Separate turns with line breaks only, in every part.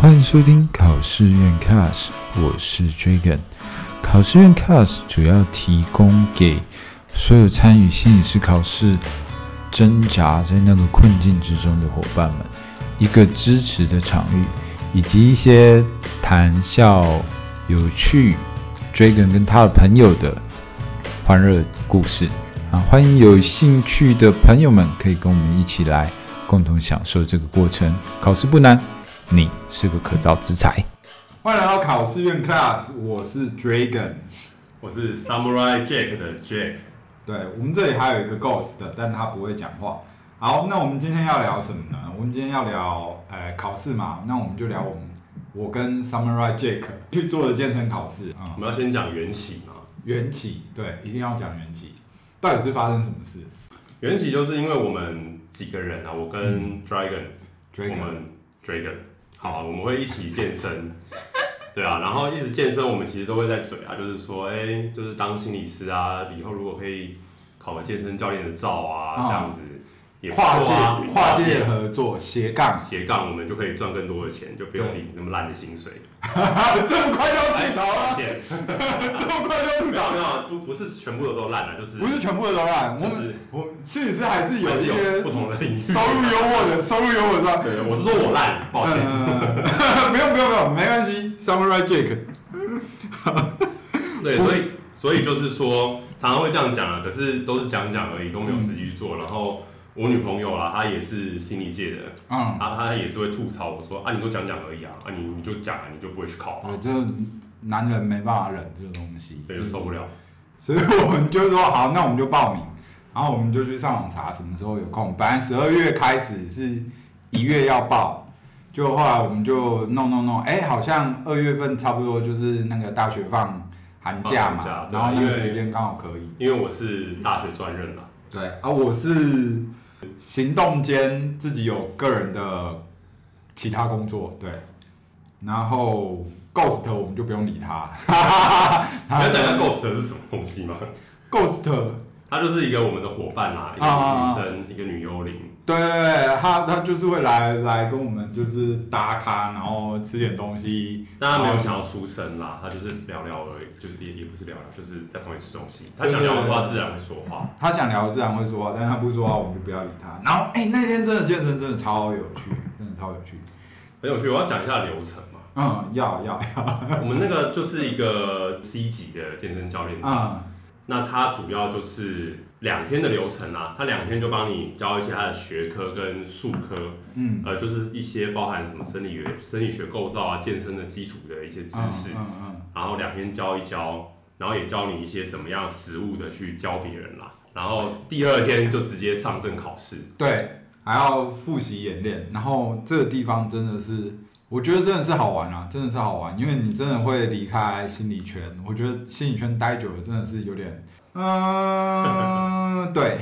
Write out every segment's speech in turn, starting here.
欢迎收听考试院 Cast，我是 Dragon。考试院 Cast 主要提供给所有参与心理师考试、挣扎在那个困境之中的伙伴们一个支持的场域，以及一些谈笑有趣 Dragon 跟他的朋友的欢乐故事啊！欢迎有兴趣的朋友们可以跟我们一起来共同享受这个过程。考试不难。你是个可造之才。
欢迎来到考试院 Class，我是 Dragon。
我是 Samurai Jack 的 Jack，
对我们这里还有一个 Ghost，的但他不会讲话。好，那我们今天要聊什么呢？我们今天要聊呃考试嘛，那我们就聊我们我跟 Samurai Jack 去做的健身考试啊、
我们要先讲缘起嘛。
缘起，对，一定要讲缘起，到底是发生什么事
缘起就是因为我们几个人啊，我跟 Dragon，、我
嗯？Dragon，
们 Dragon，好，啊我们会一起健身， 对啊，然后一直健身，我们其实都会在嘴啊，就是说，哎、就是当心理师啊，以后如果可以考个健身教练的照啊，
哦
这样子也不错
跨
啊
界跨界合作斜 杠，
斜杠，我们就可以赚更多的钱，就不用领那么烂的薪水。
这么快就要吐槽了，
对，
这么快就要吐
没
槽
有没
了，
有，不不是全部的都烂了，啊就是
不是全部的都烂，我
就
们
是
我们心理师还是
还
有
是
一些
有不同的领域
收入有我的，收入有我的。
对，我是说我烂，抱歉。
呃， 不用不用不用，没关系。Samurai Jack，嗯
对，所以所以就是说，常常会这样讲啊，可是都是讲讲而已，都没有实际去做。然后我女朋友啊，她也是心理界的，
嗯，
啊，她也是会吐槽我说啊，你都讲讲而已啊，啊你你就讲啊，你就不会去考啊，
我这男人没办法忍这个东西，
对，就受不了。
所以我们就说好，那我们就报名，然后我们就去上网查什么时候有空。本来十二月开始是一月要报，就后来我们就弄弄弄，哎，好像二月份差不多就是那个大学放寒假嘛，
放寒假对
然
啊
后那个
因为
时间刚好可以。
因为我是大学专任啦，
对啊，我是行动间自己有个人的其他工作，对。然后 Ghost 我们就不用理他，
你
啊
要讲讲 Ghost 是什么东西吗？
Ghost，对
她就是一个我们的伙伴啦，一
啊
个女生，一个女幽灵。
对对，他他就是会来来跟我们就是搭咖，然后吃点东西，
但她没有想要出声啦，她就是聊聊而已，就是也也不是聊聊，就是在旁边吃东西。她想聊的时候，她自然会说话。
他想聊自然会说话，但是他不说话我们就不要理他。然后哎、那天真的健身真的超有趣，真的超有趣，
很有趣，我要讲一下流程嘛。
嗯，要要
我们那个就是一个 C 级的健身教练，
嗯
那他主要就是两天的流程啊，他两天就帮你教一些他的学科跟术科，
嗯，
呃，就是一些包含什么生理学、生理学构造啊、健身的基础的一些知识，
嗯嗯
然后两天教一教，然后也教你一些怎么样实物的去教别人啦。然后第二天就直接上阵考试，
对，还要复习演练。然后这个地方真的是，我觉得真的是好玩啊，真的是好玩，因为你真的会离开心理圈。我觉得心理圈待久了真的是有点，嗯、对，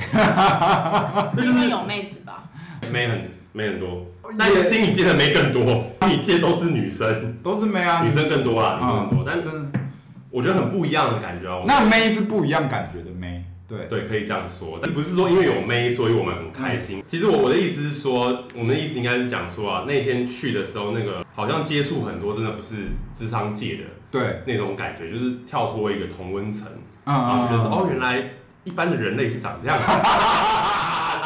是因为有妹子吧？
没很没很多，但是心理界的没更多，心理界都是女生，
都是妹啊，
女生更多啦，女生
啊
更多，，但
真的，
我觉得很不一样的感觉啊。我
那妹是不一样感觉的妹，对，
对，可以这样说，但不是说因为有妹，所以我们很开心。其实我我的意思是说，我们的意思应该是讲说啊，那天去的时候，那个好像接触很多真的不是智商界的
对，
那种感觉，就是跳脱一个同温层，
嗯
然后觉得说
嗯，
哦，原来一般的人类是长这样子，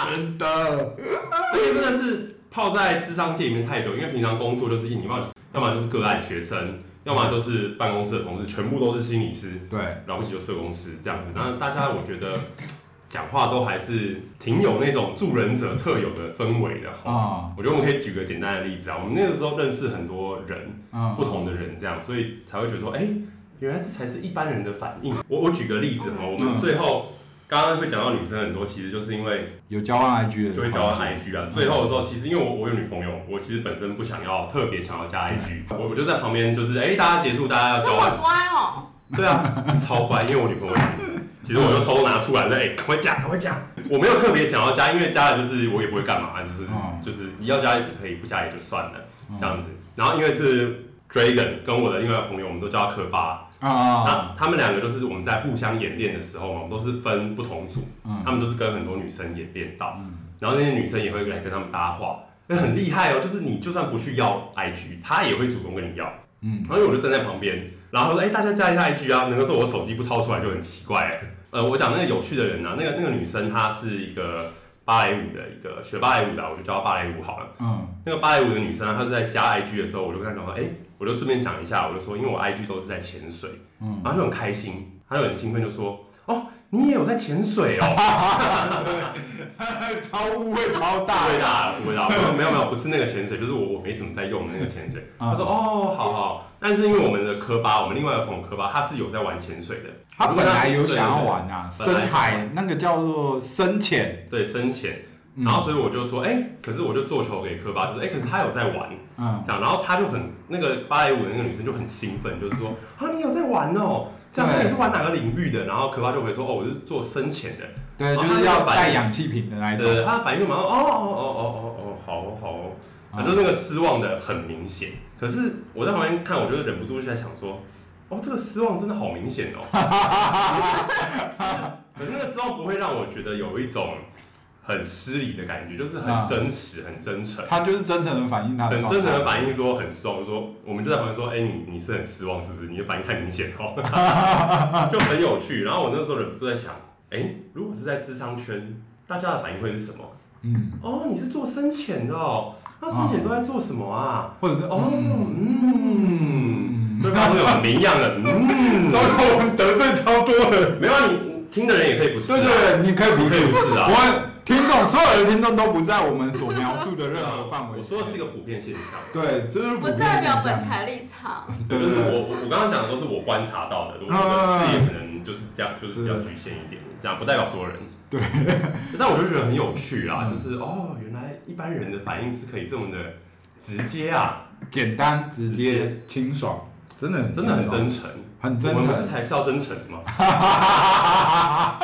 真的，
而且真的是泡在智商界里面太久，因为平常工作就是你要么要么就是个案学生，要么就是办公室的同事，全部都是心理师。
对，
了不起就社工师这样子。那大家我觉得讲话都还是挺有那种助人者特有的氛围的哈。
啊、
我觉得我们可以举个简单的例子啊，我们那个时候认识很多人，
嗯，
不同的人这样，所以才会觉得说，哎、原来这才是一般人的反应。我我举个例子哈，我们最后。刚刚会讲到女生很多，其实就是因为
有交换 IG 的，
就会交换 IG 啊。最后的时候，其实因为我我有女朋友，我其实本身不想要特别想要加 IG，我我就在旁边就是哎、大家结束，大家要
这
交换
么乖哦，
对啊，超乖，因为我女朋友。其实我就偷偷拿出来了，哎、赶快加，赶快加！我没有特别想要加，因为加了就是我也不会干嘛，就是、
嗯
就是你要加也可以，不加也就算了
嗯
这样子。然后因为是 Dragon 跟我的另外一个朋友，我们都叫他科巴，
啊啊，
那他们两个就是我们在互相演练的时候嘛，我们都是分不同组，
嗯
他们都是跟很多女生演练到，
嗯
然后那些女生也会来跟他们搭话，那很厉害哦，就是你就算不去要 IG，他也会主动跟你要。
嗯，
然后我就站在旁边，然后说：“哎、大家加一下 IG 啊！”能够说我手机不掏出来就很奇怪、 呃，我讲那个有趣的人啊，那个那个女生她是一个芭蕾舞的一个学芭蕾舞的啊，我就叫她芭蕾舞好了。
嗯，
那个芭蕾舞的女生啊，她就在加 IG 的时候，我就跟她讲说：“哎、我就顺便讲一下，我就说因为我 IG 都是在潜水，
嗯
然后她就很开心，她就很兴奋，就说：哦，你也有在潜水哦？
超误会超大
对啦，我啦，我说没有没有，不是那个潜水，就是我我没什么在用的那个潜水。”
啊
她说：“哦，好好。”但是因为我们的科巴，我们另外一个朋友科巴，他是有在玩潜水的，
他本来有
对对对
想要玩啊，
本来
深海那个叫做深潜，
对深潜。
嗯
然后所以我就说，哎、可是我就做球给科巴，就是哎、可是他有在玩
嗯，
这样，然后他就很那个芭蕾舞的那个女生就很兴奋，就是说啊你有在玩哦，这样
对
那你是玩哪个领域的？然后科巴就回说，哦我是做深潜的，
对，
哦
就是
他那
要
个反
带
应
氧气瓶的那一种，
呃，他的反应就马上哦哦哦哦哦哦，好哦好哦，
嗯
反正那个失望的很明显。可是我在旁边看，我就忍不住就在想说，哦，这个失望真的好明显哦。可是那个失望不会让我觉得有一种很失礼的感觉，就是很真实、很真诚、
他就是真诚的反映他的
很
状
真诚
态。
的反应，说很失望，说我们就在旁边说，哎、你你是很失望是不是？你的反应太 明显了哦，就很有趣。然后我那时候忍不住在想，哎、如果是在智商圈，大家的反应会是什么？
嗯，
哦，你是做深潜的哦，那深潜都在做什么啊？
或者是
哦，
哦，
嗯，对方有很明样的，嗯，
糟糕，我们得罪超多人。
没有啊你听的人也可以不是啊，
对对，对你可以不
你可
是，
以不是啊
我听众所有的听众都不在我们所描述的任何范围。
我说的是一个普遍现象，
对，这是普
不
遍
代表
现象
本。台立场。
对
就
对
是
对，啊
我我我刚刚讲的都是我观察到的，我的视野可能就是这样，就是比较局限一点，这样不代表所有人。
对，
但我就觉得很有趣啦，
嗯
就是哦，原来一般人的反应是可以这么的直接啊，
简单直
直
接清爽，真的很
真的很
清
真诚，
爽，
我
很
们
真
不是
诚。
才是要真诚的吗？
哇，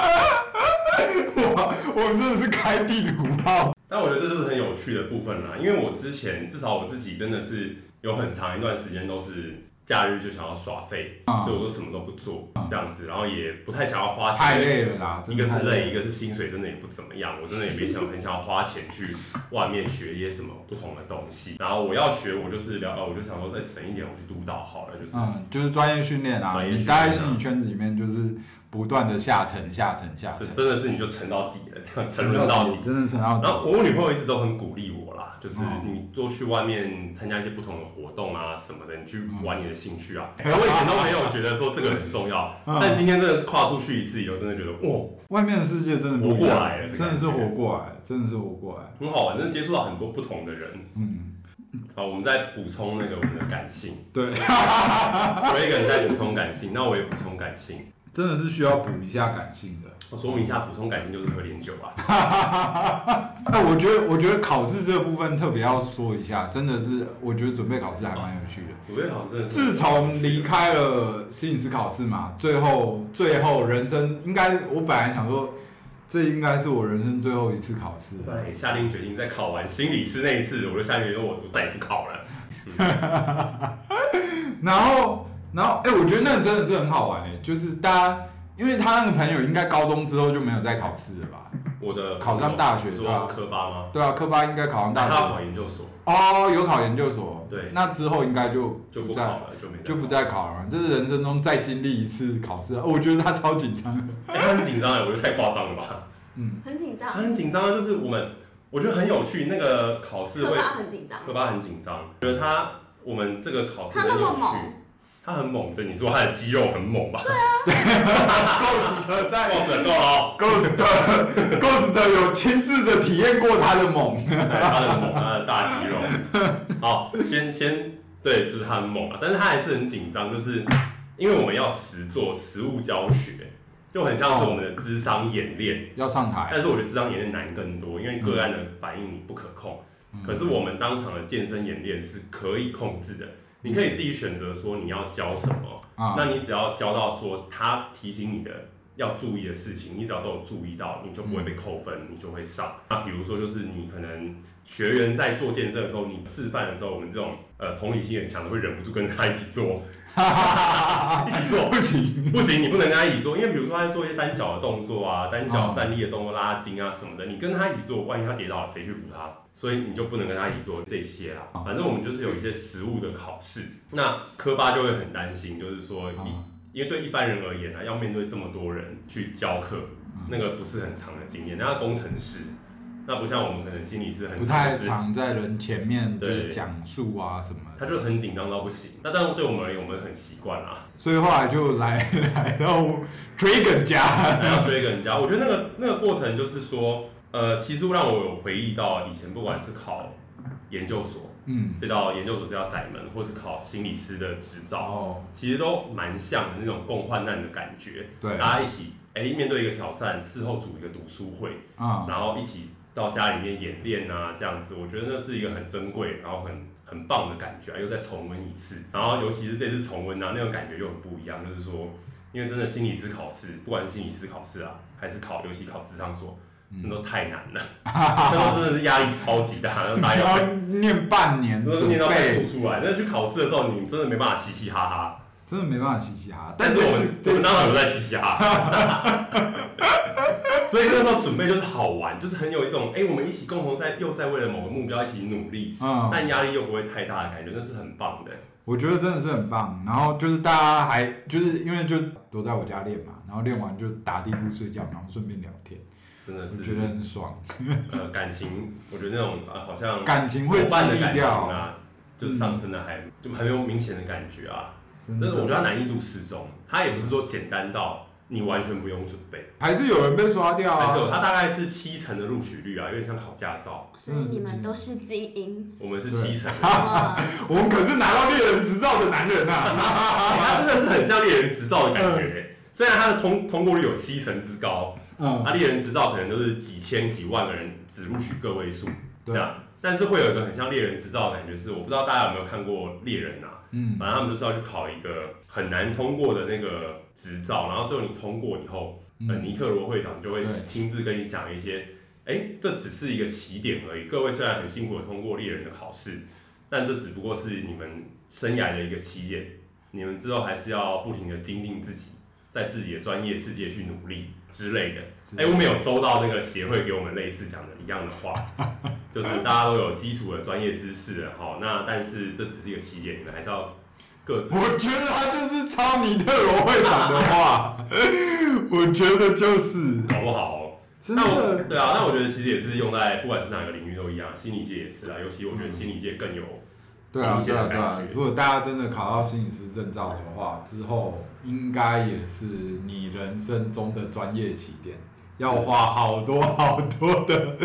我们真的是开地图炮。
但我觉得这就是很有趣的部分啦，因为我之前至少我自己真的是有很长一段时间都是假日就想要耍废，
嗯
所以我都什么都不做这样子，然后也不太想要花
太
钱。
累了啦，
一
真
个
嗯的太
是
了
累，一个是薪水真的也不怎么样，我真的也没想很想要花钱去外面学一些什么不同的东西。然后我要学，我就是了，呃我就想说再省一点，我去督导好了，就是
嗯，就是专业训练啊，
专业
你
训练
待
啊
在心理圈子里面，就是不断的下沉、下沉、下
这
沉，
真的是你就沉到底了，这样沉沦到底。
真的沉到
然
底。
后我女朋友一直都很鼓励我啦，就是
嗯
你多去外面参加一些不同的活动啊什么的，你去
嗯
玩你的兴趣啊。我以前都没有觉得说这个很重要，
嗯
但今天真的是跨出去一次以后，真的觉得哇，
外面的世界真的不
活过
一样
来了
真的是活过来，真的是活过来。
很好玩，真的接触到很多不同的人。
嗯，
好，我们再补充那个我们的感性，
对，
我一个人在补充感性，那我也补充感性。
真的是需要补一下感性的。
我说明一下，补充感性就是喝点酒啊。
哎，我觉得，我觉得考试这部分特别要说一下，真的是，我觉得准备考试还蛮有趣的。
主任老师真的是，
自从离开了心理思考室嘛，最后最后人生应该，我本来想说，这应该是我人生最后一次考试了。
对，哎下定决心在考完心理师那一次，我就下定决心我就再也不考了。
然后，然后，哎、我觉得那个真的是很好玩哎、就是大家，因为他那个朋友应该高中之后就没有再考试了吧？
我的
考上大学
你
对吧
说科八吗？
对啊，科班应该考上
但
大
他要
学
考研究所
哦，有考研究所，
对
那之后应该就
就不考
再
了，就没
就不
在。
再考了，这是人生中再经历一次考试，哦我觉得他超紧张的，
哎他很紧张哎，我觉得太夸张了吧？
嗯，
很紧
他
张，
很紧张啊，就是我们我觉得很有趣，那个考试
科
会
大很紧张，
科八很紧张，觉得他我们这个考试
他
很
那么
有趣，
猛，
他很猛，对你说他的肌肉很猛吧？
啊
够死的在。
哇，神够了哦，
Ghost 的 Ghost 的有亲自的体验过他的猛，
对他的猛，他的大肌肉。好，先先对，就是他很猛啊，但是他还是很紧张，就是因为我们要实做实物教学，就很像是我们的智商演练。
要上台，
但是我觉得智商演练难更多，因为个案的反应你不可控。可是我们当场的健身演练是可以控制的，你可以自己选择说你要教什么。
啊
那你只要教到说他提醒你的要注意的事情，你只要都有注意到，你就不会被扣分，你就会上。那比如说就是你可能学员在做健身的时候，你示范的时候，我们这种呃同理心很强的会忍不住跟他一起做， 一起做。
不 行，
不行，你不能跟他一起做，因为比如说他在做一些单脚的动作啊、单脚站立的动作、拉筋啊什么的，你跟他一起做，万一他跌倒了，谁去扶他？所以你就不能跟他一起做这些啦。反正我们就是有一些实物的考试，那科巴就会很担心，就是说
啊
你，因为对一般人而言啊，要面对这么多人去教课，那个不是很长的经验。那他工程师，那不像我们可能心理师很
不
长的
太
是
常在人前面就是
对
讲述啊什么的，
他就很紧张到不行。那但对我们而言，我们很习惯啊啦。
所以后来就来 来到 Dragon 家，
还要追个人家。我觉得那个那个过程就是说，呃，其实让我有回忆到以前，不管是考研究所
嗯，
这道研究所这道窄门，或是考心理师的执照，
哦，
其实都蛮像的那种共患难的感觉。
对
大家一起哎、面对一个挑战，事后组一个读书会，
啊、
然后一起到家里面演练啊，这样子，我觉得那是一个很珍贵，然后很很棒的感觉啊，又再重温一次，然后尤其是这次重温啊，那种感觉就很不一样，就是说，因为真的心理师考试，不管是心理师考试啊，还是考尤其考职场所，那都太难了，那都真的是压力超级大，那大
你
家要
要念半年
那
准
是念到快
备，
吐出来，那去考试的时候，你真的没办法嘻嘻哈哈。
真的没办法嘻嘻哈哈，
但是我们我
这
们当场有在嘻嘻哈哈， 所以那时候准备就是好玩，就是很有一种哎、我们一起共同在又在为了某个目标一起努力，
嗯，
但压力又不会太大的感觉，那是很棒的。
我觉得真的是很棒。然后就是大家还就是因为就都在我家练嘛，然后练完就打地铺睡觉，然后顺便聊天，
真的
我
是
觉得很爽，
呃感情，我觉得那种呃好像
感情会嗯
伙
激
伴的
励
感情
掉，
啊，就是上升的还、就很有明显的感觉啊。
真
但是我觉得它
的。
难易度适中，它也不是说简单到你完全不用准备，
还是有人被刷掉
但是
啊，
有它大概是七成的录取率啊，有点像考驾照，
所以你们都是精英，
我们是
对
七成。
哇，
我们可是拿到猎人执照的男人啊！
他真的是很像猎人执照的感觉。虽然他的通通过率有七成之高，
嗯，
啊，猎人执照可能都是几千几万个人只录取个位数
对
这样，但是会有一个很像猎人执照的感觉是，我不知道大家有没有看过猎人啊，
嗯，
反正他们就是要去考一个很难通过的那个执照，然后最后你通过以后，呃，尼特罗会长就会
对
亲自跟你讲一些，哎、这只是一个起点而已。各位虽然很辛苦的通过猎人的考试，但这只不过是你们生涯的一个起点，你们之后还是要不停的精进自己，在自己的专业世界去努力之类的。哎、我们有收到那个协会给我们类似讲的一样的 话，就是大家都有基础的专业知识了哈。那但是这只是一个起点，你们还是要各自
我觉得他就是抄尼特罗会长的话， 我觉得就是
搞不好、哦。
真
那我
的，
对啊，那我觉得其实也是用在不管是哪个领域都一样，心理界也是啊，尤其我觉
嗯
得心理界更有
对啊，对啊，对啊
明显的感觉。
如果大家真的考到心理师证照的话，之后应该也是你人生中的专业起点，要花好多好多的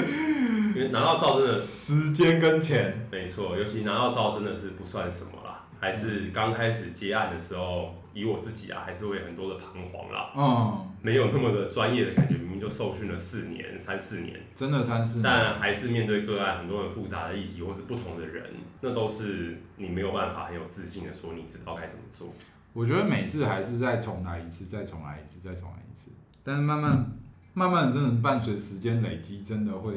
因为拿到照真的
时间跟钱。
没错，尤其拿到照真的是不算什么啦，还是刚开始接案的时候，以我自己啊，还是会有很多的彷徨啦，
嗯，
没有那么的专业的感觉，明明就受训了四年、三四年，
真的三四年，
但还是面对个案很多很复杂的议题，或是不同的人，那都是你没有办法很有自信的说你知道该怎么做。
我觉得每次还是再重来一次，再重来一次，再重来一次。但是慢慢慢慢，真的伴随时间累积，真的会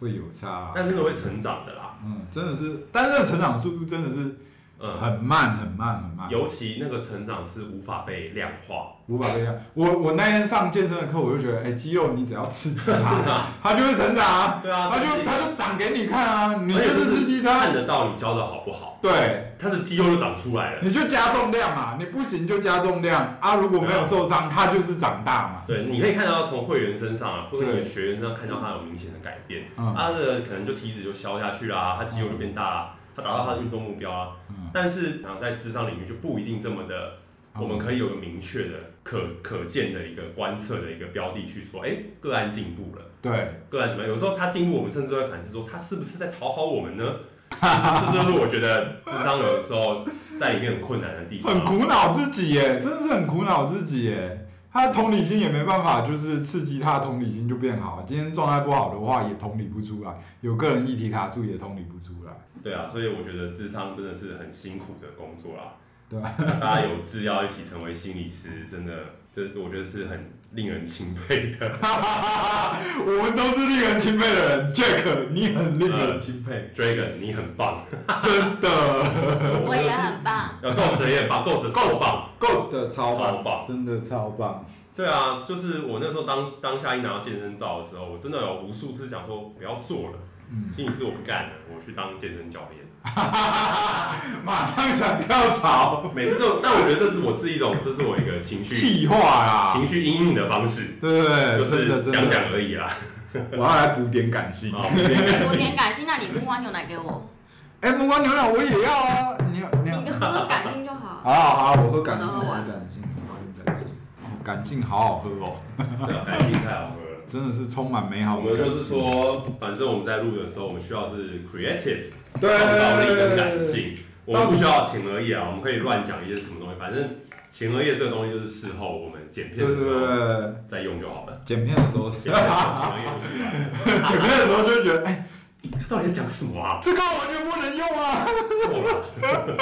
会有差啊、
但这个会成长的啦，
嗯，真的是，但是成长速度真的是
嗯，
很慢很慢很慢，
尤其那个成长是无法被量化，
五百倍啊！我我那天上健身的课，我就觉得，哎、肌肉你只要刺激 它，它就会成长啊，
对啊
它
刺
就
激
它就长给你看啊，你就
而且
是
就是
刺激它，
看得到你教的好不好，
对，
他的肌肉就长出来了。
你就加重量嘛，你不行就加重量啊，如果没有受伤，它就是长大嘛，
对，你可以看到从会员身上啊，或者你的学员身上看到他有明显的改变，
嗯
他的可能就体脂就消下去啦，他肌肉就变大啦，他达到他的运动目标啊。
嗯
但是然后在智商领域就不一定这么的，
嗯
我们可以有个明确的、可可见的一个观测的一个标的去说，哎、个案进步了，
对，
个案怎么样？有时候他进步，我们甚至会反思说，他是不是在讨好我们呢？ 这这就是我觉得智商有的时候在里面很困难的地方
很
啊。
苦恼自己耶，真的是很苦恼自己耶。他的同理心也没办法，就是刺激他的同理心就变好。啊今天状态不好的话，也同理不出来；有个人议题卡住，也同理不出来。
对啊，所以我觉得智商真的是很辛苦的工作啦。
对啊
那大家有志要一起成为心理师，真的，这我觉得是很令人钦佩的。
我们都是令人钦佩的人，Jack，你很令人钦佩，
Dragon，你很棒，
呃真 的。
我也很 棒，
要 Ghost 也很棒，Ghost 超棒。
Ghost 超棒，
超棒
真的超 棒。
对啊，就是我那时候当当下一拿到健身照的时候，我真的有无数次想说不要做了，
嗯
心理师我不干了，我去当健身教练。
马上想跳槽，
每次都，但我觉得这是我是一种，这是我一个情绪
气化啦，
情绪阴影的方式，
对对对，
就是
真的真
讲
的。
讲而已啦。
我要来补点感性。
啊，我们今天
我有点感性，那你木瓜牛奶给我，
哎，木瓜牛奶我也要啊！你要你
你
要，
就喝感性就好。
好好好，我喝感性，
我
我
都喝
喝
完
感性，我喝感性。哦感性好好喝哦，
对啊感性太好喝了。
真的是充满美好
我
的。
们就是，说，反正我们在录的时候，我们需要是 creative
对
创造力跟感性，我
到
们
底
不需要情而已啊，我们可以乱讲一些什么东西，反正情而业这个东西就是事后我们剪
对
片
对
的
对
时候
对，对
再用就好了。
剪片的时候，
剪
剪
片的时候情而业不出来，
片的时候就会觉得，哎，
这到底在讲什么啊？
这个完全不能用啊，
错了。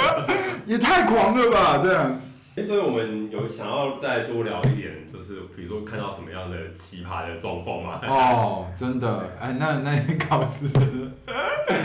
也太狂了吧！这样，
诶所以我们有想要再多聊一点，就是比如说看到什么样的奇葩的状况吗？
哦，真的，哎，那那天考试真的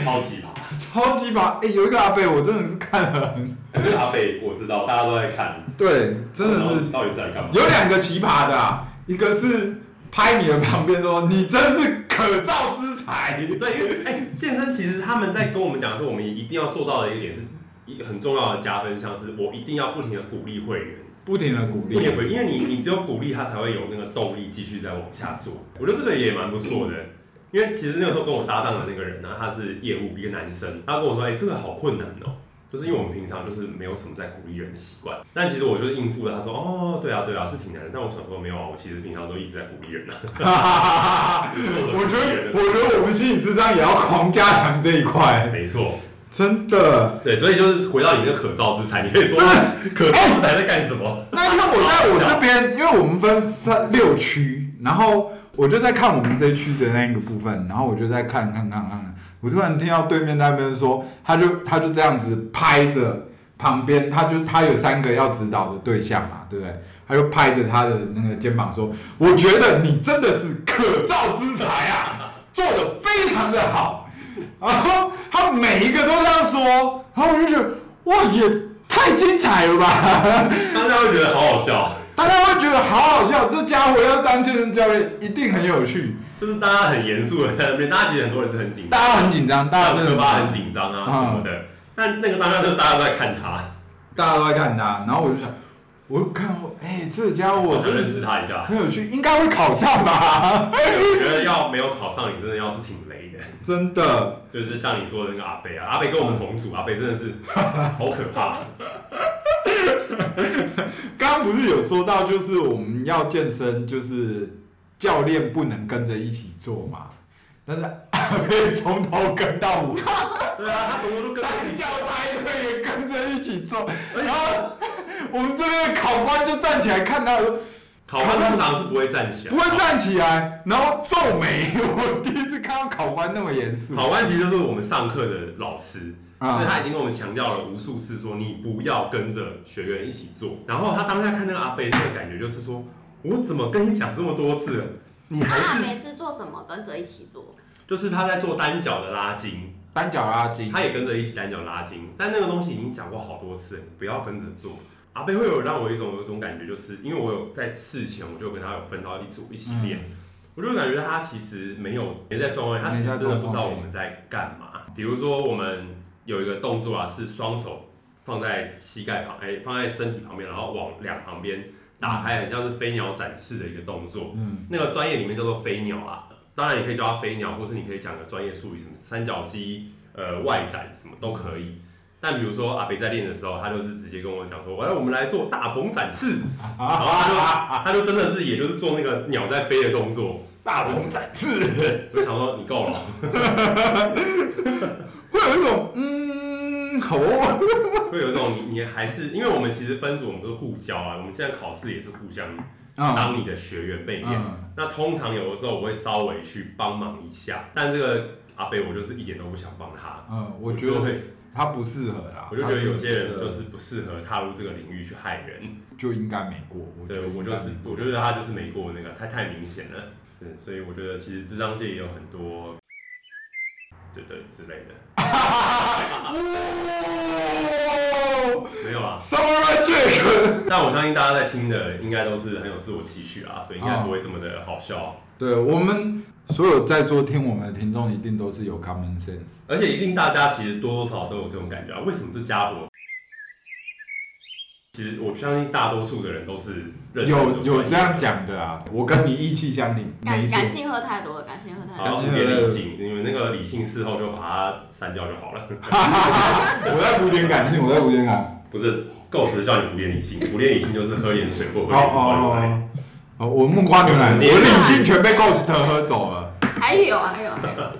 超奇葩！
超级棒，哎，有一个阿贝，我真的是看了很，
那个阿北我知道，大家都在看，
对，真的是
然后到底是来干嘛？
有两个奇葩的、啊，一个是拍你的旁边说你真是可造之材，
对，因为哎、健身其实他们在跟我们讲的时候，我们一定要做到的一个点是，一个很重要的加分项是，我一定要不停的鼓励会员，
不停的鼓
不停地鼓励，因为你你只有鼓励他才会有那个动力继续再往下做。我觉得这个也蛮不错的，因为其实那个时候跟我搭档的那个人呢、他是业务一个男生，他跟我说，哎、这个好困难哦。就是因为我们平常就是没有什么在鼓励人的习惯，但其实我就是应付了。他说：“哦，对啊，对啊，是挺难的。”但我想说，没有啊，我其实平常都一直在鼓励人 啊。
我觉得，我觉得我们心理智商也要狂加强这一块，
没错，
真的。
对，所以就是回到你那可造之材，你可以说
真
可造之材在干什么？
那天我在我这边，因为我们分三六区，然后我就在看我们这区的那个部分，然后我就在看看看看，我突然听到对面那边说，他就他就这样子拍着旁边，他就他有三个要指导的对象嘛，对不对？他就拍着他的那个肩膀说：“我觉得你真的是可造之才啊，做的非常的好。”然后他每一个都这样说，然后我就觉得哇，也太精彩了吧！
大家会觉得好好笑，啊
大家会觉得好好笑，这家伙要是当健身教练一定很有趣。
就是大家很严肃的在那边，大家其实很多人是很紧张，
大家很紧张，大家真的嗯
科巴很，紧张啊什么的。但那个当下就是大家都在看他，
大家都在看他。然后我就想，我就看我，哎、这家伙
我就
真
认
的
识
是
他一下。
很有趣，应该会考上吧？
我觉得要没有考上，你真的要是挺雷的。
真的，
就是像你说的那个阿北啊，阿北跟我们同组，阿北真的是好可 怕。
刚刚不是有说到，就是我们要健身，就是教练不能跟着一起做嘛，但是可以从头跟到尾，
对啊，他从头就跟
单脚排腿也跟着一起做，
而且
然后我们这边的考官就站起来看他说。
考官通常是不会站起来，
不会站起来，然后皱眉。我第一次看到考官那么严肃。
考官其实就是我们上课的老师，
啊
所以他已经跟我们强调了无数次说你不要跟着学员一起做。然后他当下看那个阿贝，那个感觉就是说，我怎么跟你讲这么多次了， 你还
那
是
啊每次做什么跟着一起做，
就是他在做单脚的拉筋，
单脚拉筋
他，也跟着一起单脚拉筋，但那个东西已经讲过好多次了，你不要跟着做。阿贝会有让我一种有一种感觉，就是因为我有在事前我就跟他有分到一组一起练，我就感觉他其实没有没在状况，他其实真的不知道我们在干嘛。比如说我们有一个动作啊，是双手放在膝盖旁，哎、放在身体旁边，然后往两旁边打开，很像是飞鸟展翅的一个动作。
嗯，
那个专业里面叫做飞鸟啦。当然，你可以叫它飞鸟，或是你可以讲个专业术语，什么三角肌、呃外展什么都可以。但比如说阿北在练的时候，他就是直接跟我讲说：“哎，我们来做大鹏展翅。”然后他就他就真的是，也就是做那个鸟在飞的动作。
大鹏展翅，
我就想说你够了，
会有一种嗯，好哦，
会有一种你你还是因为我们其实分组我们都是互教啊，我们现在考试也是互相 当你的学员被练。
啊嗯，
那通常有的时候我会稍啊微去帮忙一下，但这个阿北我就是一点都不想帮他。
嗯，我觉得
会，
他不适合啦。
我就觉得有些
他
人
不适合
就是不适合踏入这个领域去害人。
就应该没过。觉得
对我
应该
就是
没，过
我觉得他就是没过那个，太太明显了。是，所以我觉得其实智障界也有很多， 对对之类的，
哦
没有啊啦。
，Samurai Jack。
但我相信大家在听的应该都是很有自我期许啊，所以应
哦
该不会这么的好笑，
对我们所有在座听我们的听众，一定都是有 common sense。
而且一定大家其实多多少少都有这种感觉啊。为什么这家伙？其实我相信大多数的人都是认真的
有有这样
专业的，
讲的啊，我跟你意气相挺，没
感
错
感。性喝太多了，感性喝太多
好，
了。
一点理性，你们那个理性事后就把它删掉就好 了。
我在补点感性，我在补点感。
不是，够时叫你补点理性，补点理性就是喝点水或
哦
喝点花牛奶。
哦哦，哦，我木瓜牛奶，我理性全被 Ghost 喝走了。
还有啊，还有啊，还有啊。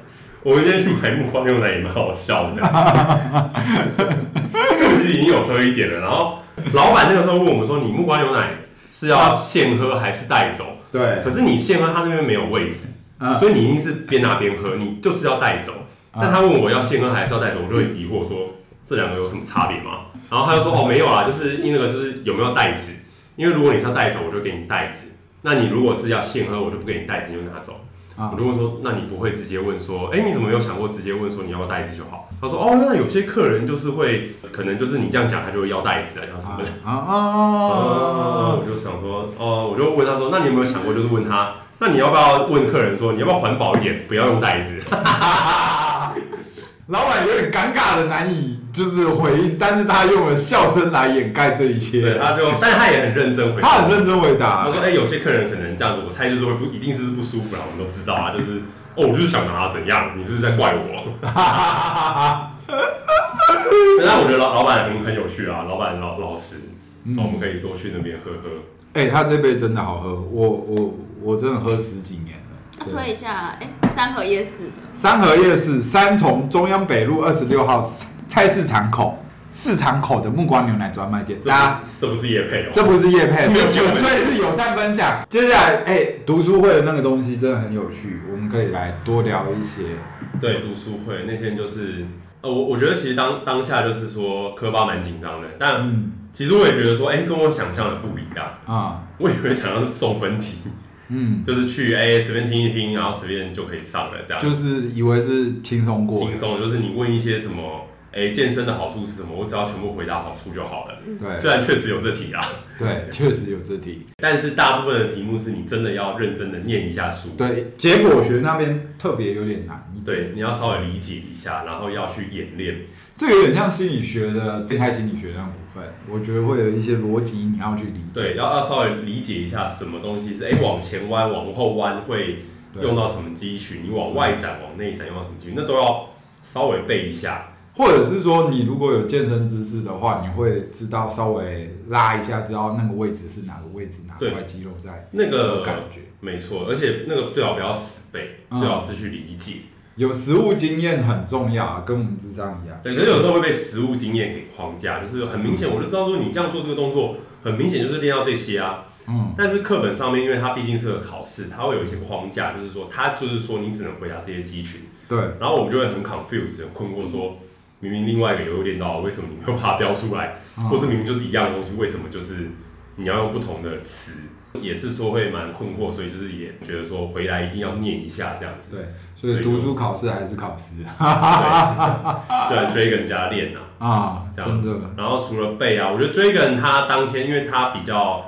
我今天去买木瓜牛奶也蛮好笑的， 我其实已经有喝一点了。然后老板那个时候问我们说：“你木瓜牛奶是要现喝还是带走？”
对
可，是你现喝，他那边没有位置，
嗯
所以你一定是边拿边喝，你就是要带走。但他问我要现喝还是要带走，我就很疑惑说这两个有什么差别吗？然后他就说哦没有啦，就是因为那个就是有没有袋子，因为如果你是要带走，我就给你袋子；那你如果是要现喝，我就不给你袋子，你就拿走。
啊
我就问说，那你不会直接问说，哎、你怎么没有想过直接问说你要不要袋子就好？他说，哦，那有些客人就是会，可能就是你这样讲，他就会要袋子啊，这样什么的。
啊啊
哦，我就想说，哦，我就问他说，那你有没有想过，就是问他，那你要不要问客人说，你要不要环保一点，不要用袋 子？
啊！老板有点尴尬的难以就是回应，但是他用了笑声来掩盖这一
对，
切。
他 就，但他也很认真回答，
他很认真回
他
答
说，哎、有些客人可能这样子，我猜就是会不，一定是不舒服啦，我们都知道啊，就是，哦，我就是想拿怎样，你是不是在怪我？ 但我觉得老老板很很有趣啊，老板老老实，
嗯
哦那我们可以多去那边喝喝。：“
哎、他这杯真的好喝，我我我真的喝十几年
那
了。对
推一下啦，哎，三合夜市的
三河夜市三重中央北路二十六号菜市场口市场口的木瓜牛奶专卖店，
这
大家
不这不是叶配哦、
这不是叶配，
没有
这纯粹是友善分享。接下来，哎、读书会的那个东西真的很有趣，我们可以来多聊一些。
对，读书会那天就是，呃，我我觉得其实当当下就是说科巴蛮紧张的，但
嗯
其实我也觉得说，哎、跟我想象的不一样。
啊，
我以为想象是送分题，
嗯，
就是去哎、随便听一听，然后随便就可以上了这样，
就是以为是轻松过
轻，松。就是你问一些什么，哎、健身的好处是什么，我只要全部回答好处就好了。虽
对
然确实有这题啊，
对，确实有这题。
但是大部分的题目是你真的要认真的念一下书，
对，结果学那边特别有点难，
对，你要稍微理解一下，然后要去演练。
这个有点像心理学的变态心理学那部分，我觉得会有一些逻辑你要去理解。
对，要要稍微理解一下什么东西是哎、往前弯、往后弯会
对
用到什么肌群，你往外展、往内展用到什么肌群，那都要稍微背一下。
或者是说，你如果有健身知识的话，你会知道稍微拉一下，知道那个位置是哪个位置，哪
对
块肌肉在
那个
感觉。
没错，而且那个最好不要死背，
嗯
最好是去理解。
有实物经验很重要啊，跟我们智商一样。
对，可是有时候会被实物经验给框架，就是很明显，我就知道说你这样做这个动作，很明显就是练到这些啊。
嗯，
但是课本上面，因为它毕竟是个考试，它会有一些框架，就是说它就是说你只能回答这些肌群。
对，
然后我们就会很 confused，很困惑说，明明另外一个有练到，为什么你没有把它标出来？
嗯
或是明明就是一样的东西，为什么就是你要用不同的词？也是说会蛮困惑，所以就是也觉得说回来一定要念一下这样子，
对，所以读书考试还是考试啊
对，就来追跟人家练啊。
啊，
这样
真的。
然后除了背啊，我觉得追跟他当天，因为他比较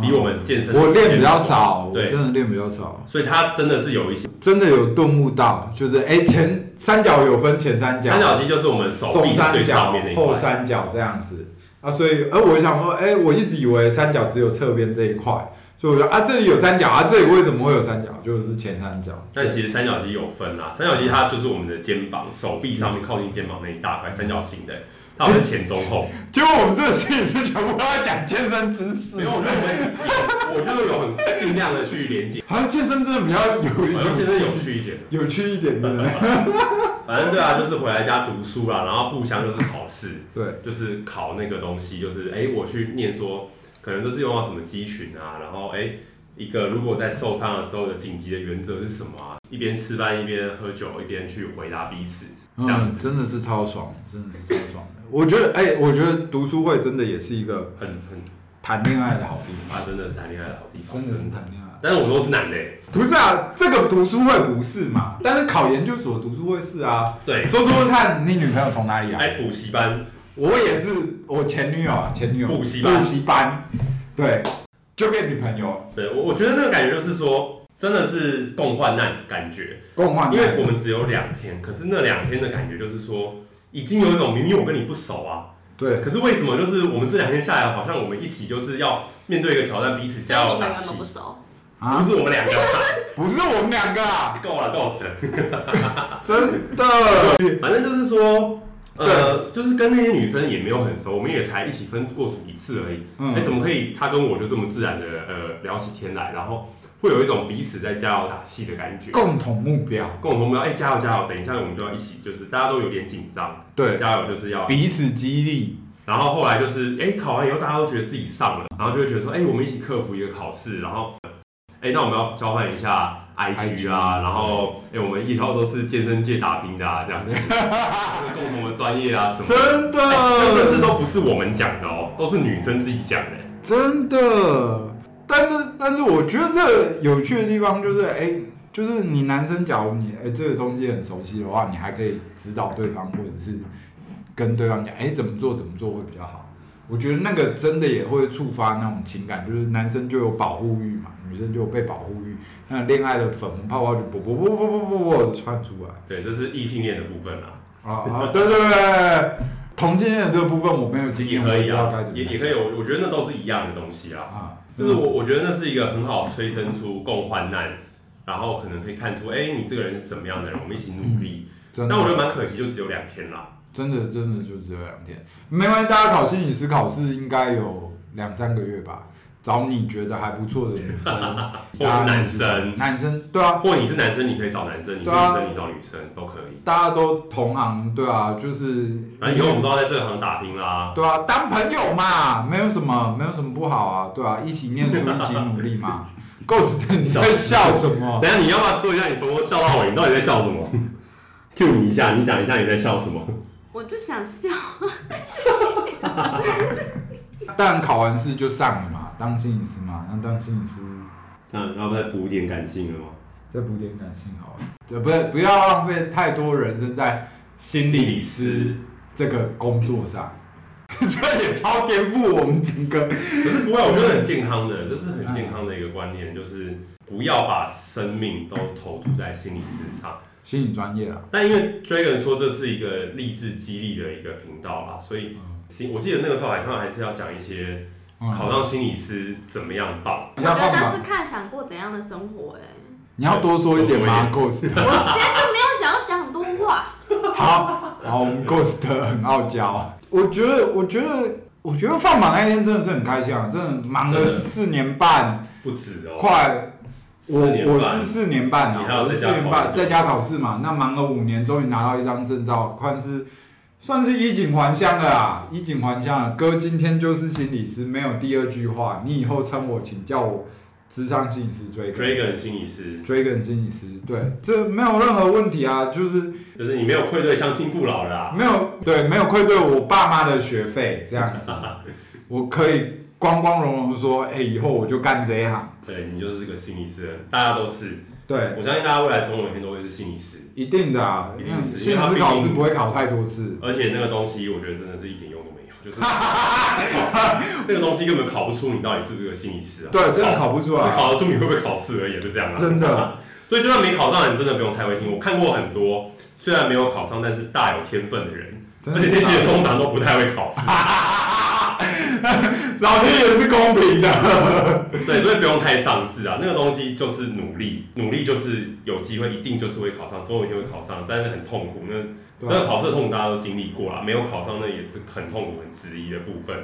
比我们健身的
我
时间
练比较少，我
对
真的练比较少，
所以他真的是有一些
真的有顿悟到，就是哎、前三角有分前三角、
三角肌，就是我们手
中
臂
三
最上
角
面那、一
后
块，
三角这样子啊，所以哎、我想说，哎、我一直以为三角只有侧边这一块，所以我说啊，这里有三角啊，这里为什么会有三角？就是前三角。
但其实三角肌有分啦，三角肌它就是我们的肩膀、手臂上面靠近肩膀那一大块三角形的，它有分前中 后。
结果我们这个心理师全部都在讲健身知识
没有，我觉得我们有我就是有很尽量的去连接，
好像健身真的比较有
我觉得健身有趣一点。
有趣一点 的，
反正对啊，就是回来家读书啦，然后互相就是考试，
对，
就是考那个东西，就是哎、我去念说，可能这是用到什么肌群啊，然后哎、一个如果在受伤的时候的紧急的原则是什么啊？一边吃饭一边喝酒，一边去回答彼此。这样
嗯，真的是超爽，真的是超爽的。我觉得，哎、我觉得读书会真的也是一个
很很
谈恋爱的好地方，
啊，真的是谈恋爱的好地方，
真的是谈恋爱。
但是我们都是男的欸，
不是啊，这个读书会不是
嗯
嘛？但是考研究所读书会是啊。
对，
说说看，你女朋友从哪里来？
哎哎，补习班，
我也是，我前女友啊，前女友
补习班
补习班，对，就变女朋友，
对我我觉得那个感觉就是说，真的是共患难感觉，
共患难。
因为我们只有两天，可是那两天的感觉就是说，已经有一种明明我跟你不熟啊，
对
可是为什么就是我们这两天下来，好像我们一起就是要面对一个挑战，彼此
所以
加
你
油
们
打
原
气
本不，熟，
啊
不，是我们两个啊，
不是我们两个啊，
够了够死了。
真 的。
反正就是说，
嗯
呃，就是跟那些女生也没有很熟，我们也才一起分过组一次而已。哎、
嗯
怎么可以？她跟我就这么自然的呃聊起天来，然后会有一种彼此在加油打气的感觉。
共同目标，
共同目标，哎、加油加油！等一下我们就要一起，就是大家都有点紧张，
对，
加油就是要。
彼此激励，
然后后来就是，哎、考完以后大家都觉得自己上了，然后就会觉得说，哎、我们一起克服一个考试，然后，哎、那我们要交换一下 IG 啊，然后，哎、我们以后都是健身界打拼的啊，这样子，共同的专业啊什么的。
真的，
这甚至都不是我们讲的哦，都是女生自己讲的。
真的。但是，但是我觉得这有趣的地方就是，哎、就是你男生，假如你哎、这个东西很熟悉的话，你还可以指导对方，或者是跟对方讲，哎、怎么做怎么做会比较好。我觉得那个真的也会触发那种情感，就是男生就有保护欲嘛，女生就有被保护欲，那恋爱的粉红泡泡就啵啵啵啵啵啵啵地窜出来。
对，这是异性恋的部分啦，
啊啊，对对对，同性恋的这个部分我没有经
也
验，
可
我不
以
知道
啊
该怎，么
也也可以。我我觉得那都是一样的东西啊，
啊，
就是我我觉得那是一个很好催生出共患难，然后可能可以看出，哎，你这个人是怎么样的人，我们一起努力。
真的
但我觉得蛮可惜，就只有两天啦。
真的真的就只有两天，没关系，大家考心理师考试应该有两三个月吧。找你觉得还不错的女 生，
或是男生
男生对啊，
或你是男生，你可以找男生；你是
对
女
啊
生，你找女生都可以。
大家都同行，对啊，就是
反正以后我们都要在这个行打拼啦。
对啊，当朋友嘛，没有什么没有什么不好啊，对啊，一起念书，一起努力嘛。够死的，你在笑什么
等？ 一下你要不要说一下你从头笑到尾，你到底在笑什 么？Q 你一下，你讲一下你在笑什么？
我就想笑。
但考完试就上了嘛，当心理师嘛，那当心理师
那要不再补一点感性了吗？
再补点感性好了，对，不是不要浪费太多人生在心理师这个工作上， 这也超颠覆我们整个。
可是不会，我觉得很健康的，这是很健康的一个观念，就是不要把生命都投注在心理师上。
心理专业啦，
但因为 Dragon 说这是一个励志激励的一个频道啦，所以心我记得那个时候好像还是要讲一些
嗯
考上心理师怎么样到。
比
我觉
较棒
得那
吧
是？看想过怎样的生活哎、
你要多说一点吗
多
？Ghost，
我今天就没有想要讲很多话，
好，好，我们 Ghost 很傲娇。我觉得，我觉得，我觉得放榜那天真的是很开心啊，真的忙了
真的
四年半，
不止哦，
快我
四年
我
半
是四年半
你
啊
还，有
我
在
是四
家
年
考
半
虑
在家考试嘛，那忙了五年，终于拿到一张证照，算是算是衣锦还乡了啊，衣锦还乡了。哥今天就是心理师，没有第二句话，你以后称我，请叫我智商心理师 Dragon
Dragon 心理师
Dragon 心理师，对，这没有任何问题啊，就是
就是你没有愧对乡亲父老啦。
没有对，没有愧对我爸妈的学费这 样子，我可以光光荣荣地说，哎、以后我就干这一行，
对你就是个心理师，大家都是。
对。
我相信大家未来总有一天都会是心理师，
一定的啊，
一
因
定
为
是
现
因为它
实
毕
考
竟
试不会考太多次，
而且那个东西，我觉得真的是一点用都没有， 就是那个东西根本考不出你到底是不是个心理师啊。
对，真的考不出
只
来，
考得出你会不会考试而已，就这样啦、
真的。
所以就算没考上，你真的不用太灰心。我看过很多虽然没有考上，但是大有天分的人，
真
而
的
且那些人
是
通常都不太会考试。
老天爷是公平 的，
对，所以不用太丧志啊。那个东西就是努力，努力就是有机会，一定就是会考上，总有一天会考上，但是很痛苦。那
对啊
真的考试的痛苦大家都经历过啦，没有考上那也是很痛苦、很质疑的部分，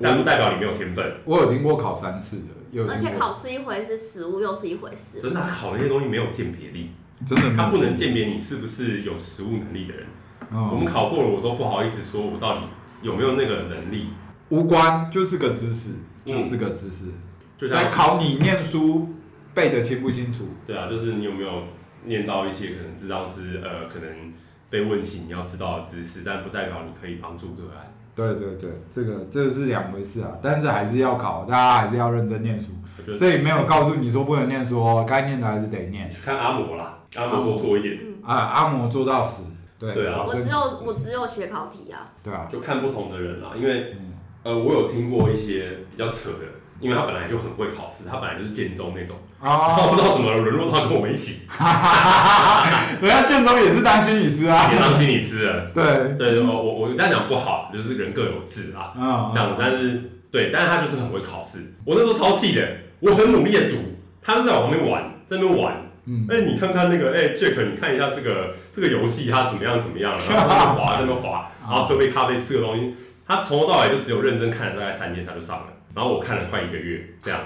但不代表你没有天分。
我有听过考三次的，有
而
听
且
过，
考试一回事，食物又是一回事。
真的啊考那些东西没有鉴别力，
真的没
它
有
不能鉴别你是不是有实务能力的人。我们
嗯，
考过了，我都不好意思说我到底有没有那个能力。
无关，就是个知识，
嗯
就是个知识，
就
在
像
考你念书背得清不清楚，
对啊，就是你有没有念到一些可能智障师呃，可能被问起你要知道的知识，但不代表你可以帮助个案。
对对对，这个这是两回事啊，但是还是要考，大家还是要认真念书。
我觉得
这里没有告诉你说不能念书哦，该念的还是得念
你去看阿摩啦，阿摩多做一点，
啊。阿摩做到死，对
对啊
我只有我只有写考题啊，
对啊，
就看不同的人啦。因为
嗯
呃，我有听过一些比较扯的，因为他本来就很会考试，他本来就是建中那种，然后
哦，
不知道怎么沦落到跟我们一起，
人家卷宗也是当心理师啊，
也当心理师了。
对，
对，我我我这样讲不好，就是人各有志啊，
嗯，
这样。但是对，但是他就是很会考试。我那时候超气的，我很努力的读，他就在我旁边玩，在那边玩。
嗯
哎、你看看那个，哎、j a c k 你看一下这个这个游戏它怎么样怎么样，然后在那边滑，在那 边滑，然后喝杯咖啡，吃个东西。他从头到尾就只有认真看了大概三天，他就上了。然后我看了快一个月 这样，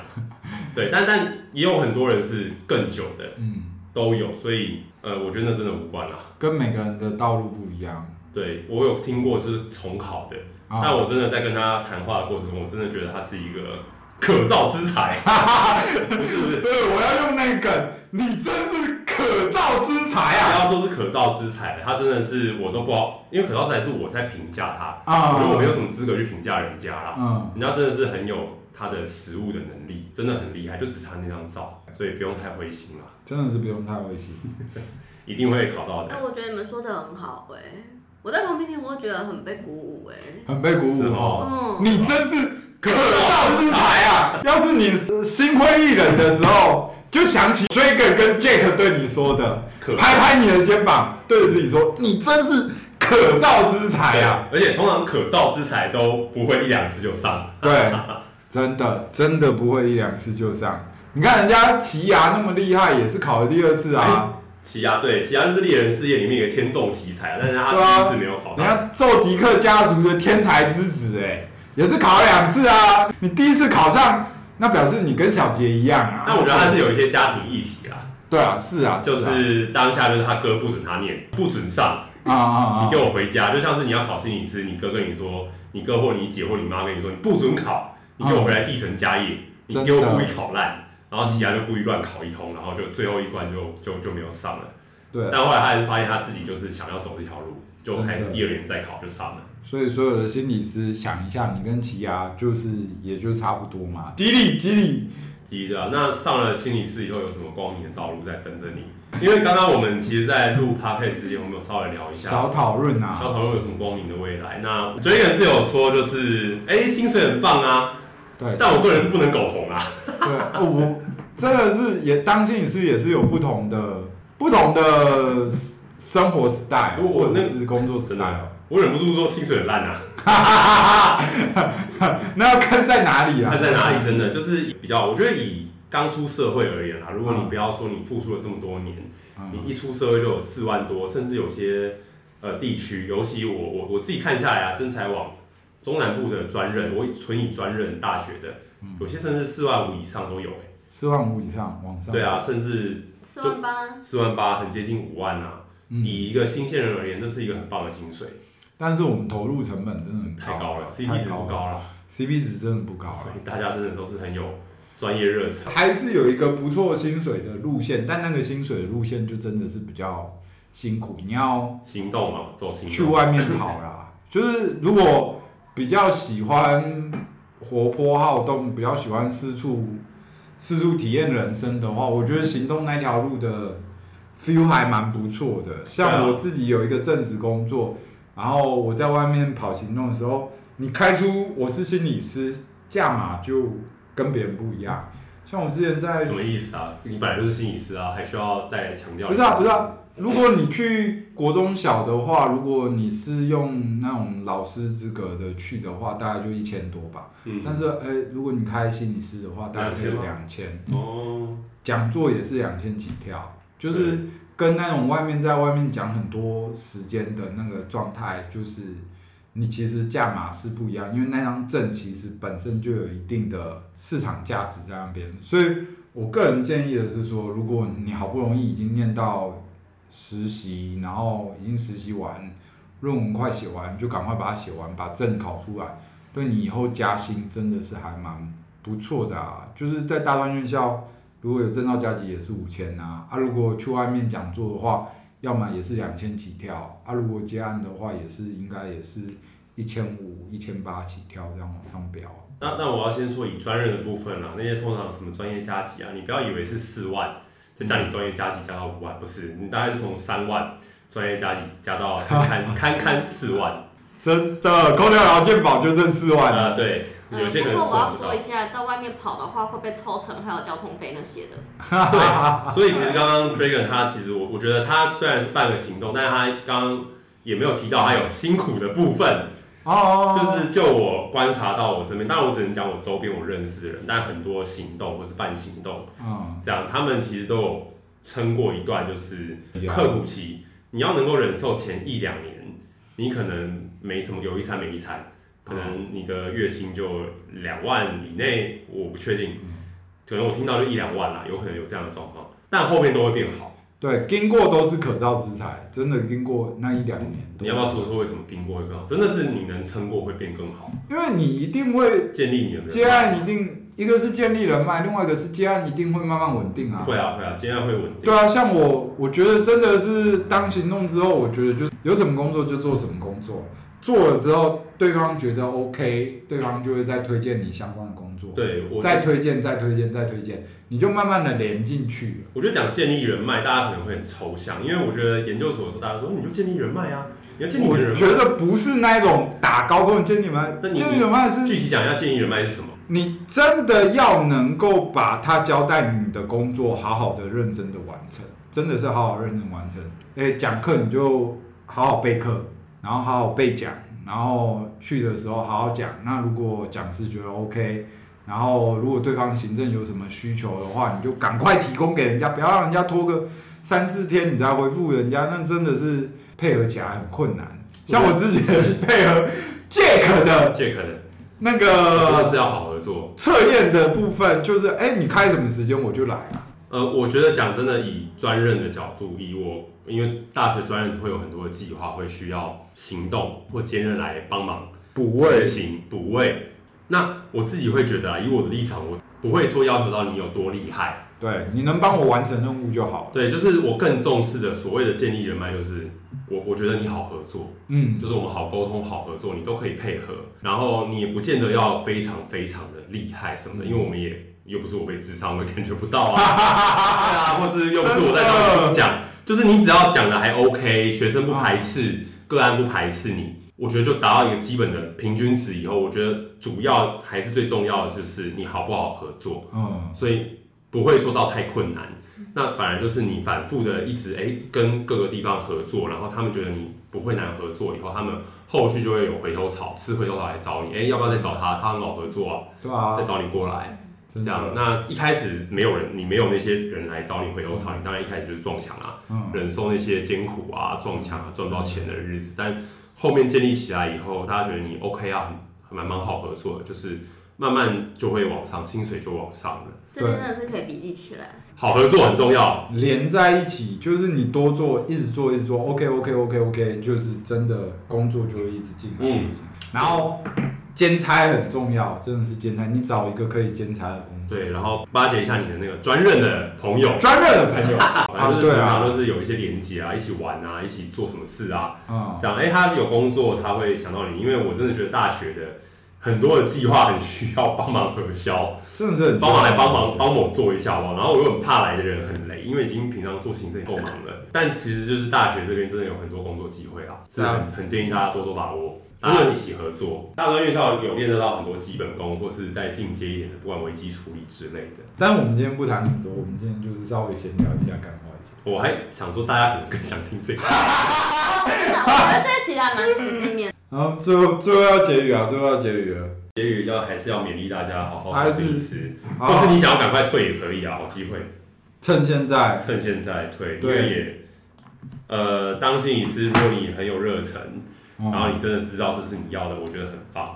对，但但也有很多人是更久的，
嗯，
都有，所以呃，我觉得那真的无关啦。
跟每个人的道路不一样
对我有听过就是重考的，
啊
但。我真的在跟他谈话的过程中，我真的觉得他是一个可造之才， 不是不 是，
对，我要用那个，你真是可造之才
不
啊！
要说是可造之才了，他真的是我都不好，因为可造之才是我在评价他，
啊，
我觉得我没有什么资格去评价人家啦，
嗯，
人家真的是很有他的实物的能力，真的很厉害，就只差那张照，所以不用太灰心啦，
真的是不用太灰心。
一定会考到
哎、
的。
我觉得你们说的很好哎、我在旁边听，我会觉得很被鼓舞哎、
很被鼓
是
舞
哦
嗯，
你真是可造之才啊！要是你呃心灰意冷的时候，就想起 Dragon 跟 Jack 对你说的，
可
拍拍你的肩膀，对着自己说：“你真是可造之才
对
啊
啊，而且通常可造之才都不会一两次就 上，！”
对，真的真的不会一两次就上。你看人家奇牙那么厉害，也是考了第二次啊，
奇亚对奇亚就是猎人事业里面一个天纵奇才，但是他
对啊
第一次没有考
人
上。
家奏迪克家族的天才之子、哎，也是考了两次啊。你第一次考上，那表示你跟小杰一样啊。
但我觉得他是有一些家庭议题啦，
对啊，是啊，
就
啊
是当下就是他哥不准他念，不准上，
啊啊啊
你给！我回家，就像是你要考心理师，你哥跟你说，你哥或你姐或你妈跟你说，你不准考，你给我回来继承家业，你给
嗯真
我
的嗯
故意考烂，然后喜亚就故意乱考一通，然后就最后一关就就就没有上了。
对，啊
但后来他还是发现他自己就是想要走这条路，就
真的
还是第二年再考就上了。
所以所有的心理师想一下，你跟奇牙就是也就差不多嘛。吉利吉利，
第一对啊，那上了心理师以后有什么光明的道路在等着你？因为刚刚我们其实，在录 podcast 之前，我们有稍微聊一下，
小讨论啊，
小讨论有什么光明的未来？那 Dragon 是有说，就是哎、薪水很棒啊，
对
但我个人是不能苟同啊。
对，哦我真的是也当心理师也是有不同的不同的生活 style，
我我
或
那
者是工作
真
style，
的，我忍不住说薪水很烂啊，
那要看在哪里啊？
它在哪里？真的就是比较，我觉得以刚出社会而言啦，啊如果你不要说你付出了这么多年，
嗯？
你一出社会就有四万多，甚至有些呃地区，尤其我我我自己看下来啊，真才网中南部的专任，我纯以专任大学的，
嗯
有些甚至四万五以上都有、欸、
四万五以上往上，
对，啊，甚至
四万八，
四万八，很接近五万
嗯
啊。以一个新鲜人而言，这是一个很棒的薪水，
但是我们投入成本真的很
太高了，CP
太
值不
高
高了，
，CP 值真的不高了
所。以大家真的都是很有专业热忱。
还是有一个不错薪水的路线，但那个薪水的路线就真的是比较辛苦，你要
行动嘛，走行
去
动。
外面跑啦。就是如果比较喜欢活泼好动，比较喜欢四处四处体验人生的话，我觉得行动那条路的 feel 还蛮不错的。像
对啊
我自己有一个正职工作，然后我在外面跑行动的时候，你开出我是心理师，价码就跟别人不一样。像我之前在
什么意思啊？你本来就是心理师啊，还需要再强调？
不是啊，不是啊。如果你去国中小的话，如果你是用那种老师资格的去的话，大概就一千多吧。
嗯，
但是，哎、如果你开心理师的话，大概是两千，
哦，
讲座也是两千起跳，就是跟那种外面在外面讲很多时间的那个状态，就是你其实价码是不一样，因为那张证其实本身就有一定的市场价值在那边，所以我个人建议的是说，如果你好不容易已经念到实习，然后已经实习完，论文快写完，就赶快把它写完，把证考出来，对你以后加薪真的是还蛮不错的啊，就是在大专院校。如果有证照加级也是五千啊，啊，如果去外面讲座的话，要么也是两千起跳啊，如果接案的话，也是应该也是一千五、一千八起跳这样往上飙。啊
那那我要先说以专任的部分啦，那些通常什么专业加级啊，你不要以为是四万，再加你专业加级加到五万，不是，你大概是从三万专业加级加到堪堪堪 四万
真的，扣掉劳健保就挣四万了。
啊，对，有些可
不
能
过嗯我要
四
说
万
一下，在外面跑的话会被抽成，还有交通费那些的。
不到。 对，所以其实刚刚 Dragon 他其实我我觉得他虽然是半个行动，但是他刚刚也没有提到他有辛苦的部分，
哦哦，
就
哦
是就我观察到我身边，当然我只能讲我周边我认识的人，但很多行动或是半行动。
嗯，
这样，他们其实都有撑过一段就是刻苦期。你要能够忍受前一两年，你可能没什么有一餐没一餐，可能你的月薪就两万以内，我不确定，可能我听到就一两万啦，有可能有这样的状况，但后面都会变好。
对，经过都是可造之材，真的经过那一两年，
你要不要？说说为什么经过会更好？真的是你能撑过会变更好，
因为你一定会
建立你的人
接案，一定一个是建立人脉，另外一个是接案一定会慢慢稳定啊。
会啊会啊，接案会稳定。
对啊，像我，我觉得真的是当行动之后，我觉得就是有什么工作就做什么工作，做了之后对方觉得 OK，对方就会再推荐你相关的工作，
对我
再推荐，再推荐，再推荐，你就慢慢的连进去了。
我觉得讲建立人脉，大家可能会很抽象，因为我觉得研究所的时候，大家说你就建立人脉啊，你要建立你
我
的人
觉
脉。
得不是那一种打高工的建立人脉
那，你
建立人脉是
具体讲一下建立人脉是什么？
你真的要能够把他交代你的工作好好的、认真的完成，真的是好好认真完成。诶，讲课你就好好备课，然后好好备讲，然后去的时候好好讲。那如果讲师觉得 OK，然后如果对方行政有什么需求的话，你就赶快提供给人家，不要让人家拖个三四天你才回复人家，那真的是配合起来很困难。像我之前配合 Jack 的
这可能
那个
真的是要好合作。
测验的部分就是，哎、你开什么时间我就来啊。
呃，我觉得讲真的，以专任的角度，以我因为大学专任会有很多的计划，会需要行动或兼任来帮忙
补
执行补位。那我自己会觉得啊，以我的立场，我不会说要求到你有多厉害。
对，你能帮我完成任务就好了。
对，就是我更重视的所谓的建立人脉，就是我我觉得你好合作，
嗯，
就是我们好沟通、好合作，你都可以配合。然后你也不见得要非常非常的厉害什么的，因为我们也又不是我被智商，我也感觉不到啊， 对啊，或是又不是我在帮你讲，就是你只要讲的还 OK，学生不排斥，个案不排斥你，我觉得就达到一个基本的平均值以后，我觉得主要还是最重要的就是你好不好合作。
嗯，
所以不会说到太困难。那反而就是你反复的一直哎、诶跟各个地方合作，然后他们觉得你不会难合作，以后他们后续就会有回头草，吃回头草来找你，哎、要不要再找他？他很好合作
对
啊，
啊
再，找你过来。
真
这样，
的，
那一开始没有人，你没有那些人来找你回头草，你当然一开始就是撞墙啊，
嗯，
忍受那些艰苦啊、撞墙啊、赚不到钱的日子。但后面建立起来以后，大家觉得你 OK 啊，很蛮蛮好合作的，就是慢慢就会往上，薪水就往上了。
这边真的是可以笔记起来。
好合作很重要。
连在一起就是你多做，一直做，一直做，OK OK OK OK，就是真的工作就会一直进来。
嗯
然后兼差很重要，真的是兼差，你找一个可以兼差的工作，
对，然后巴结一下你的那个专任的朋友，
专任的朋友，
反正就是
对
平
啊
常都是有一些连接啊，一起玩啊，一起做什么事啊，
嗯，
这样。哎、他有工作，他会想到你，因为我真的觉得大学的很多的计划很需要帮忙核销，
真的是很
帮忙来帮忙帮我做一下好不好？然后我又很怕来的人很累，因为已经平常做行政够忙了，但其实就是大学这边真的有很多工作机会啊，是很很建议大家多多把握。大家一起合作，大专院校有练得到很多基本功，或是再进阶一点的，不管危机处理之类的。
但我们今天不谈很多，我们今天就是稍微闲聊一下，感化一下。
我还想说，大家可能更想听这个。
真的，我觉得这其实还蛮实际面。
然后最后最后要结语啊，最后要结语了。
结语要还是要勉励大家好好
还
好
哦是啊
自己吃，
好
或是你想要赶快退也可以啊，好机会，
趁现在，
趁现在退，因
对
为也呃，当心理师，如果你很有热忱，
哦嗯
然后你真的知道这是你要的，我觉得很棒。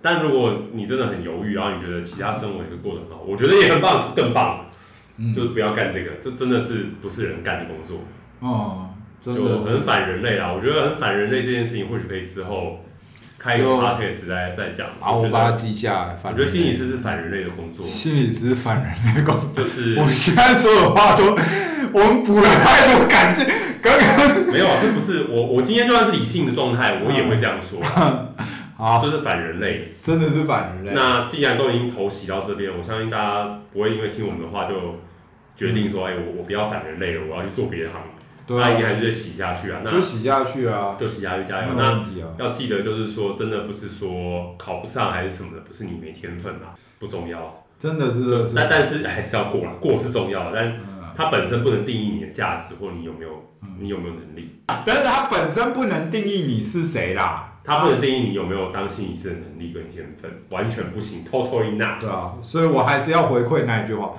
但如果你真的很犹豫，然后你觉得其他生活也会过得很好，我觉得也很棒，是更棒，
嗯
就是不要干这个，这真的是不是人干的工作。
哦，真
就
的是
很反人类啦。我觉得很反人类这件事情，或许可以之后开一个
就
podcast 来再讲。
好，
我
我
觉
把它
得，
记下来。
我
反
觉得心 理师是反人类的工作，
心理师反人类工作，
就是
我现在说的话都，我们补了太多感性，刚刚
没有啊，这不是我，我今天就算是理性的状态，我也会这样说，
好，
这是反人类。
真的是反人类。
那既然都已经投洗到这边，我相信大家不会因为听我们的话就决定说，哎、我我不要反人类了，我要去做别的行业，
对
那一定
啊，
还是得洗下去啊，哎那
就洗下去啊，
就洗下去加油。
没
那
问题啊。
要记得就是说，真的不是说考不上还是什么的，不是你没天分啊，不重要。
真的是，真的是，
但但是还是要过啦，过是重要的，但
嗯
它本身不能定义你的价值或你有没有你有没有能力，
但是它本身不能定义你是谁啦，
它不能定义你有没有当心理师的能力跟天分，完全不行，totally not。
对啊，所以我还是要回馈那一句话，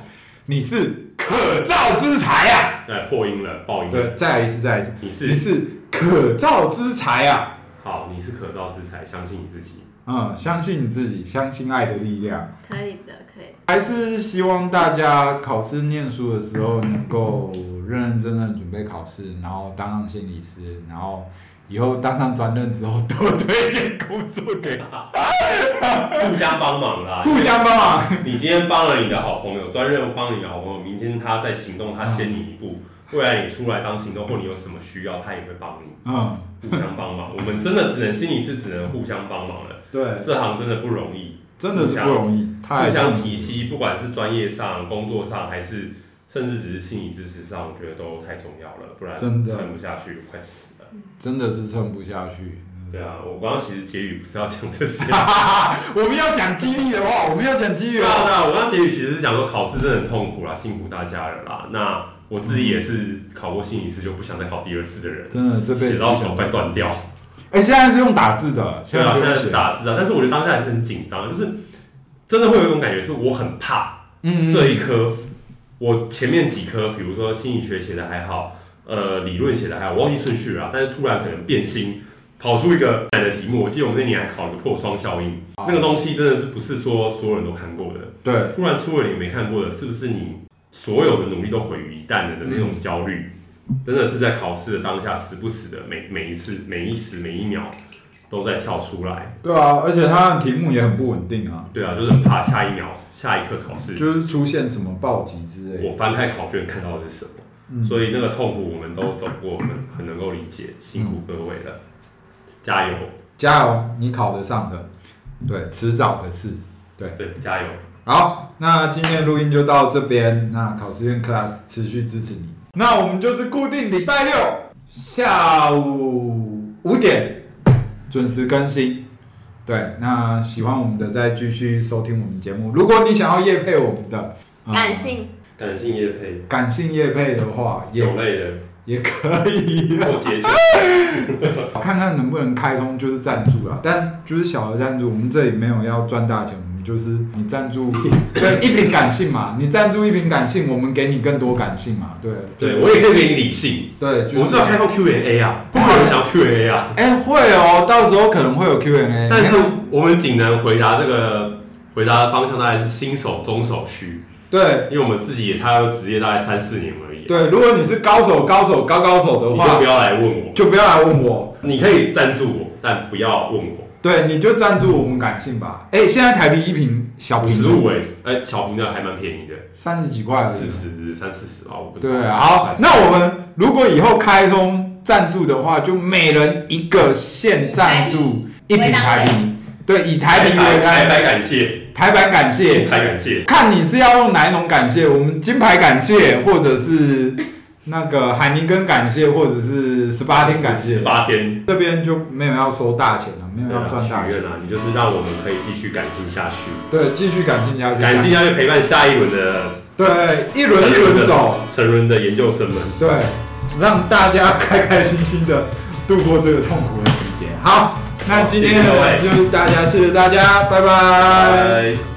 你是可造之才啊！
哎，破音了，爆音了，
对，再来一次，再来一次，
你
你
是
是可造之才啊！
好，你是可造之才，相信你自己。
嗯，相信你自己，相信爱的力量。
可以的，可以。
还是希望大家考试念书的时候能够认认真真准备考试，然后当上心理师，然后以后当上专任之后 多推荐工作给
互相帮忙啦，
互相帮忙。
你今天帮了你的好朋友，专任帮你的好朋友，明天他在行动，他先你一步，
嗯
未来你出来当行动或你有什么需要，他也会帮你，
嗯，
互相帮忙。我们真的只能心理是只能互相帮忙了，
对，
这行真的不容易，
真的是不容易，太
互相提携，不管是专业上、工作上，还是甚至只是心理支持上，我觉得都太重要了，不然
真的
撑不下去，快死了。
真的是撑不下去。
对啊，我刚刚其实结语不是要讲这些。
我们要讲激励的话，我们要讲激励
对
的
啊，
话。
那我刚结语其实是想说考试真的很痛苦啦，辛苦大家了啦。那我自己也是考过心理师，就不想再考第二次的人，
真的嗯这辈
写
子
到手快断掉。
哎、现在是用打字的，
对啊，
不
现在
用
是
写，
打字啊，但是我觉得当下还是很紧张，就是真的会有一种感觉，是我很怕
嗯，
这一科，我前面几科，比如说心理学写的还好，呃，理论写的还好，我忘记顺序了啊，但是突然可能变心，跑出一个难的题目。我记得我们那年还考了个破窗效应，
啊
那个东西真的是不是说所有人都看过的。
对，
突然出了你没看过的，是不是你所有的努力都毁于一旦了的那种焦虑？真的是在考试的当下，时不时的每每一次、每一时、每一秒都在跳出来。
对啊，而且它的题目也很不稳定啊，
对啊，就是很怕下一秒、下一刻考试，
就是出现什么暴击之类的。
我翻开考卷看到的是什么。
嗯
所以那个痛苦我们都走过，我们很能够理解，辛苦各位了，加油！
加油，你考得上的，对，迟早的事。
对，加油！
好，那今天的录音就到这边，那考试院 class 持续支持你。那我们就是固定礼拜六下午五点准时更新。对，那喜欢我们的再继续收听我们节目。如果你想要夜配我们的，呃
感性，
感性叶配，
感性夜配的话，也
酒类的
也可以。
破解酒，
看看能不能开通就是赞助啦，但就是小额赞助，我们这里没有要赚大钱，我们就是你赞 助，对一瓶感性嘛，你赞助一瓶感性，我们给你更多感性嘛，对，就是
对我也可以给你理性，
对，
我
就是
要开放 Q&A 啊，不可能想要 Q&A 啊。
哎会哦，到时候可能会有 Q&A，
但是我们仅能回答这个回答的方向大概是新手、中手区，
对
因为我们自己也踏入职业大概三四年而已。
对，如果你是高手高手高高手的
你就
话
不，要来问我，
就不要来问我，
你可以赞助我，但不要问我。
对，你就赞助我们感性吧。哎，现在台啤一瓶小
五
瓶
十五哎，哎，小瓶的还蛮便宜的，
三十几块而已
四。十三四十啊，我不知道。
对，好，那我们如果以后开通赞助的话，就每人一个现赞助一
以
瓶
台币
台币，对，以台
台
币
台
为
台
单
台感谢，
位，台版感
台
谢，
感谢，
看你是要用哪一种感谢，我们金牌感谢，或者是那个海尼根感谢，或者是十八天感谢
十，八天，
这边就没有要收大钱了，没有
对
要
啊
赚大
许
钱，
愿啊，你就是让我们可以继续感性下去，
对，继续感谢下去，
感性，下去陪伴下一轮的
对，一轮一轮走，
沉沦的研究生们。
对，让大家开开心心的度过这个痛苦的时间。好，那今天
谢谢各
呢，
位
就是大家，谢谢大家，拜拜
拜。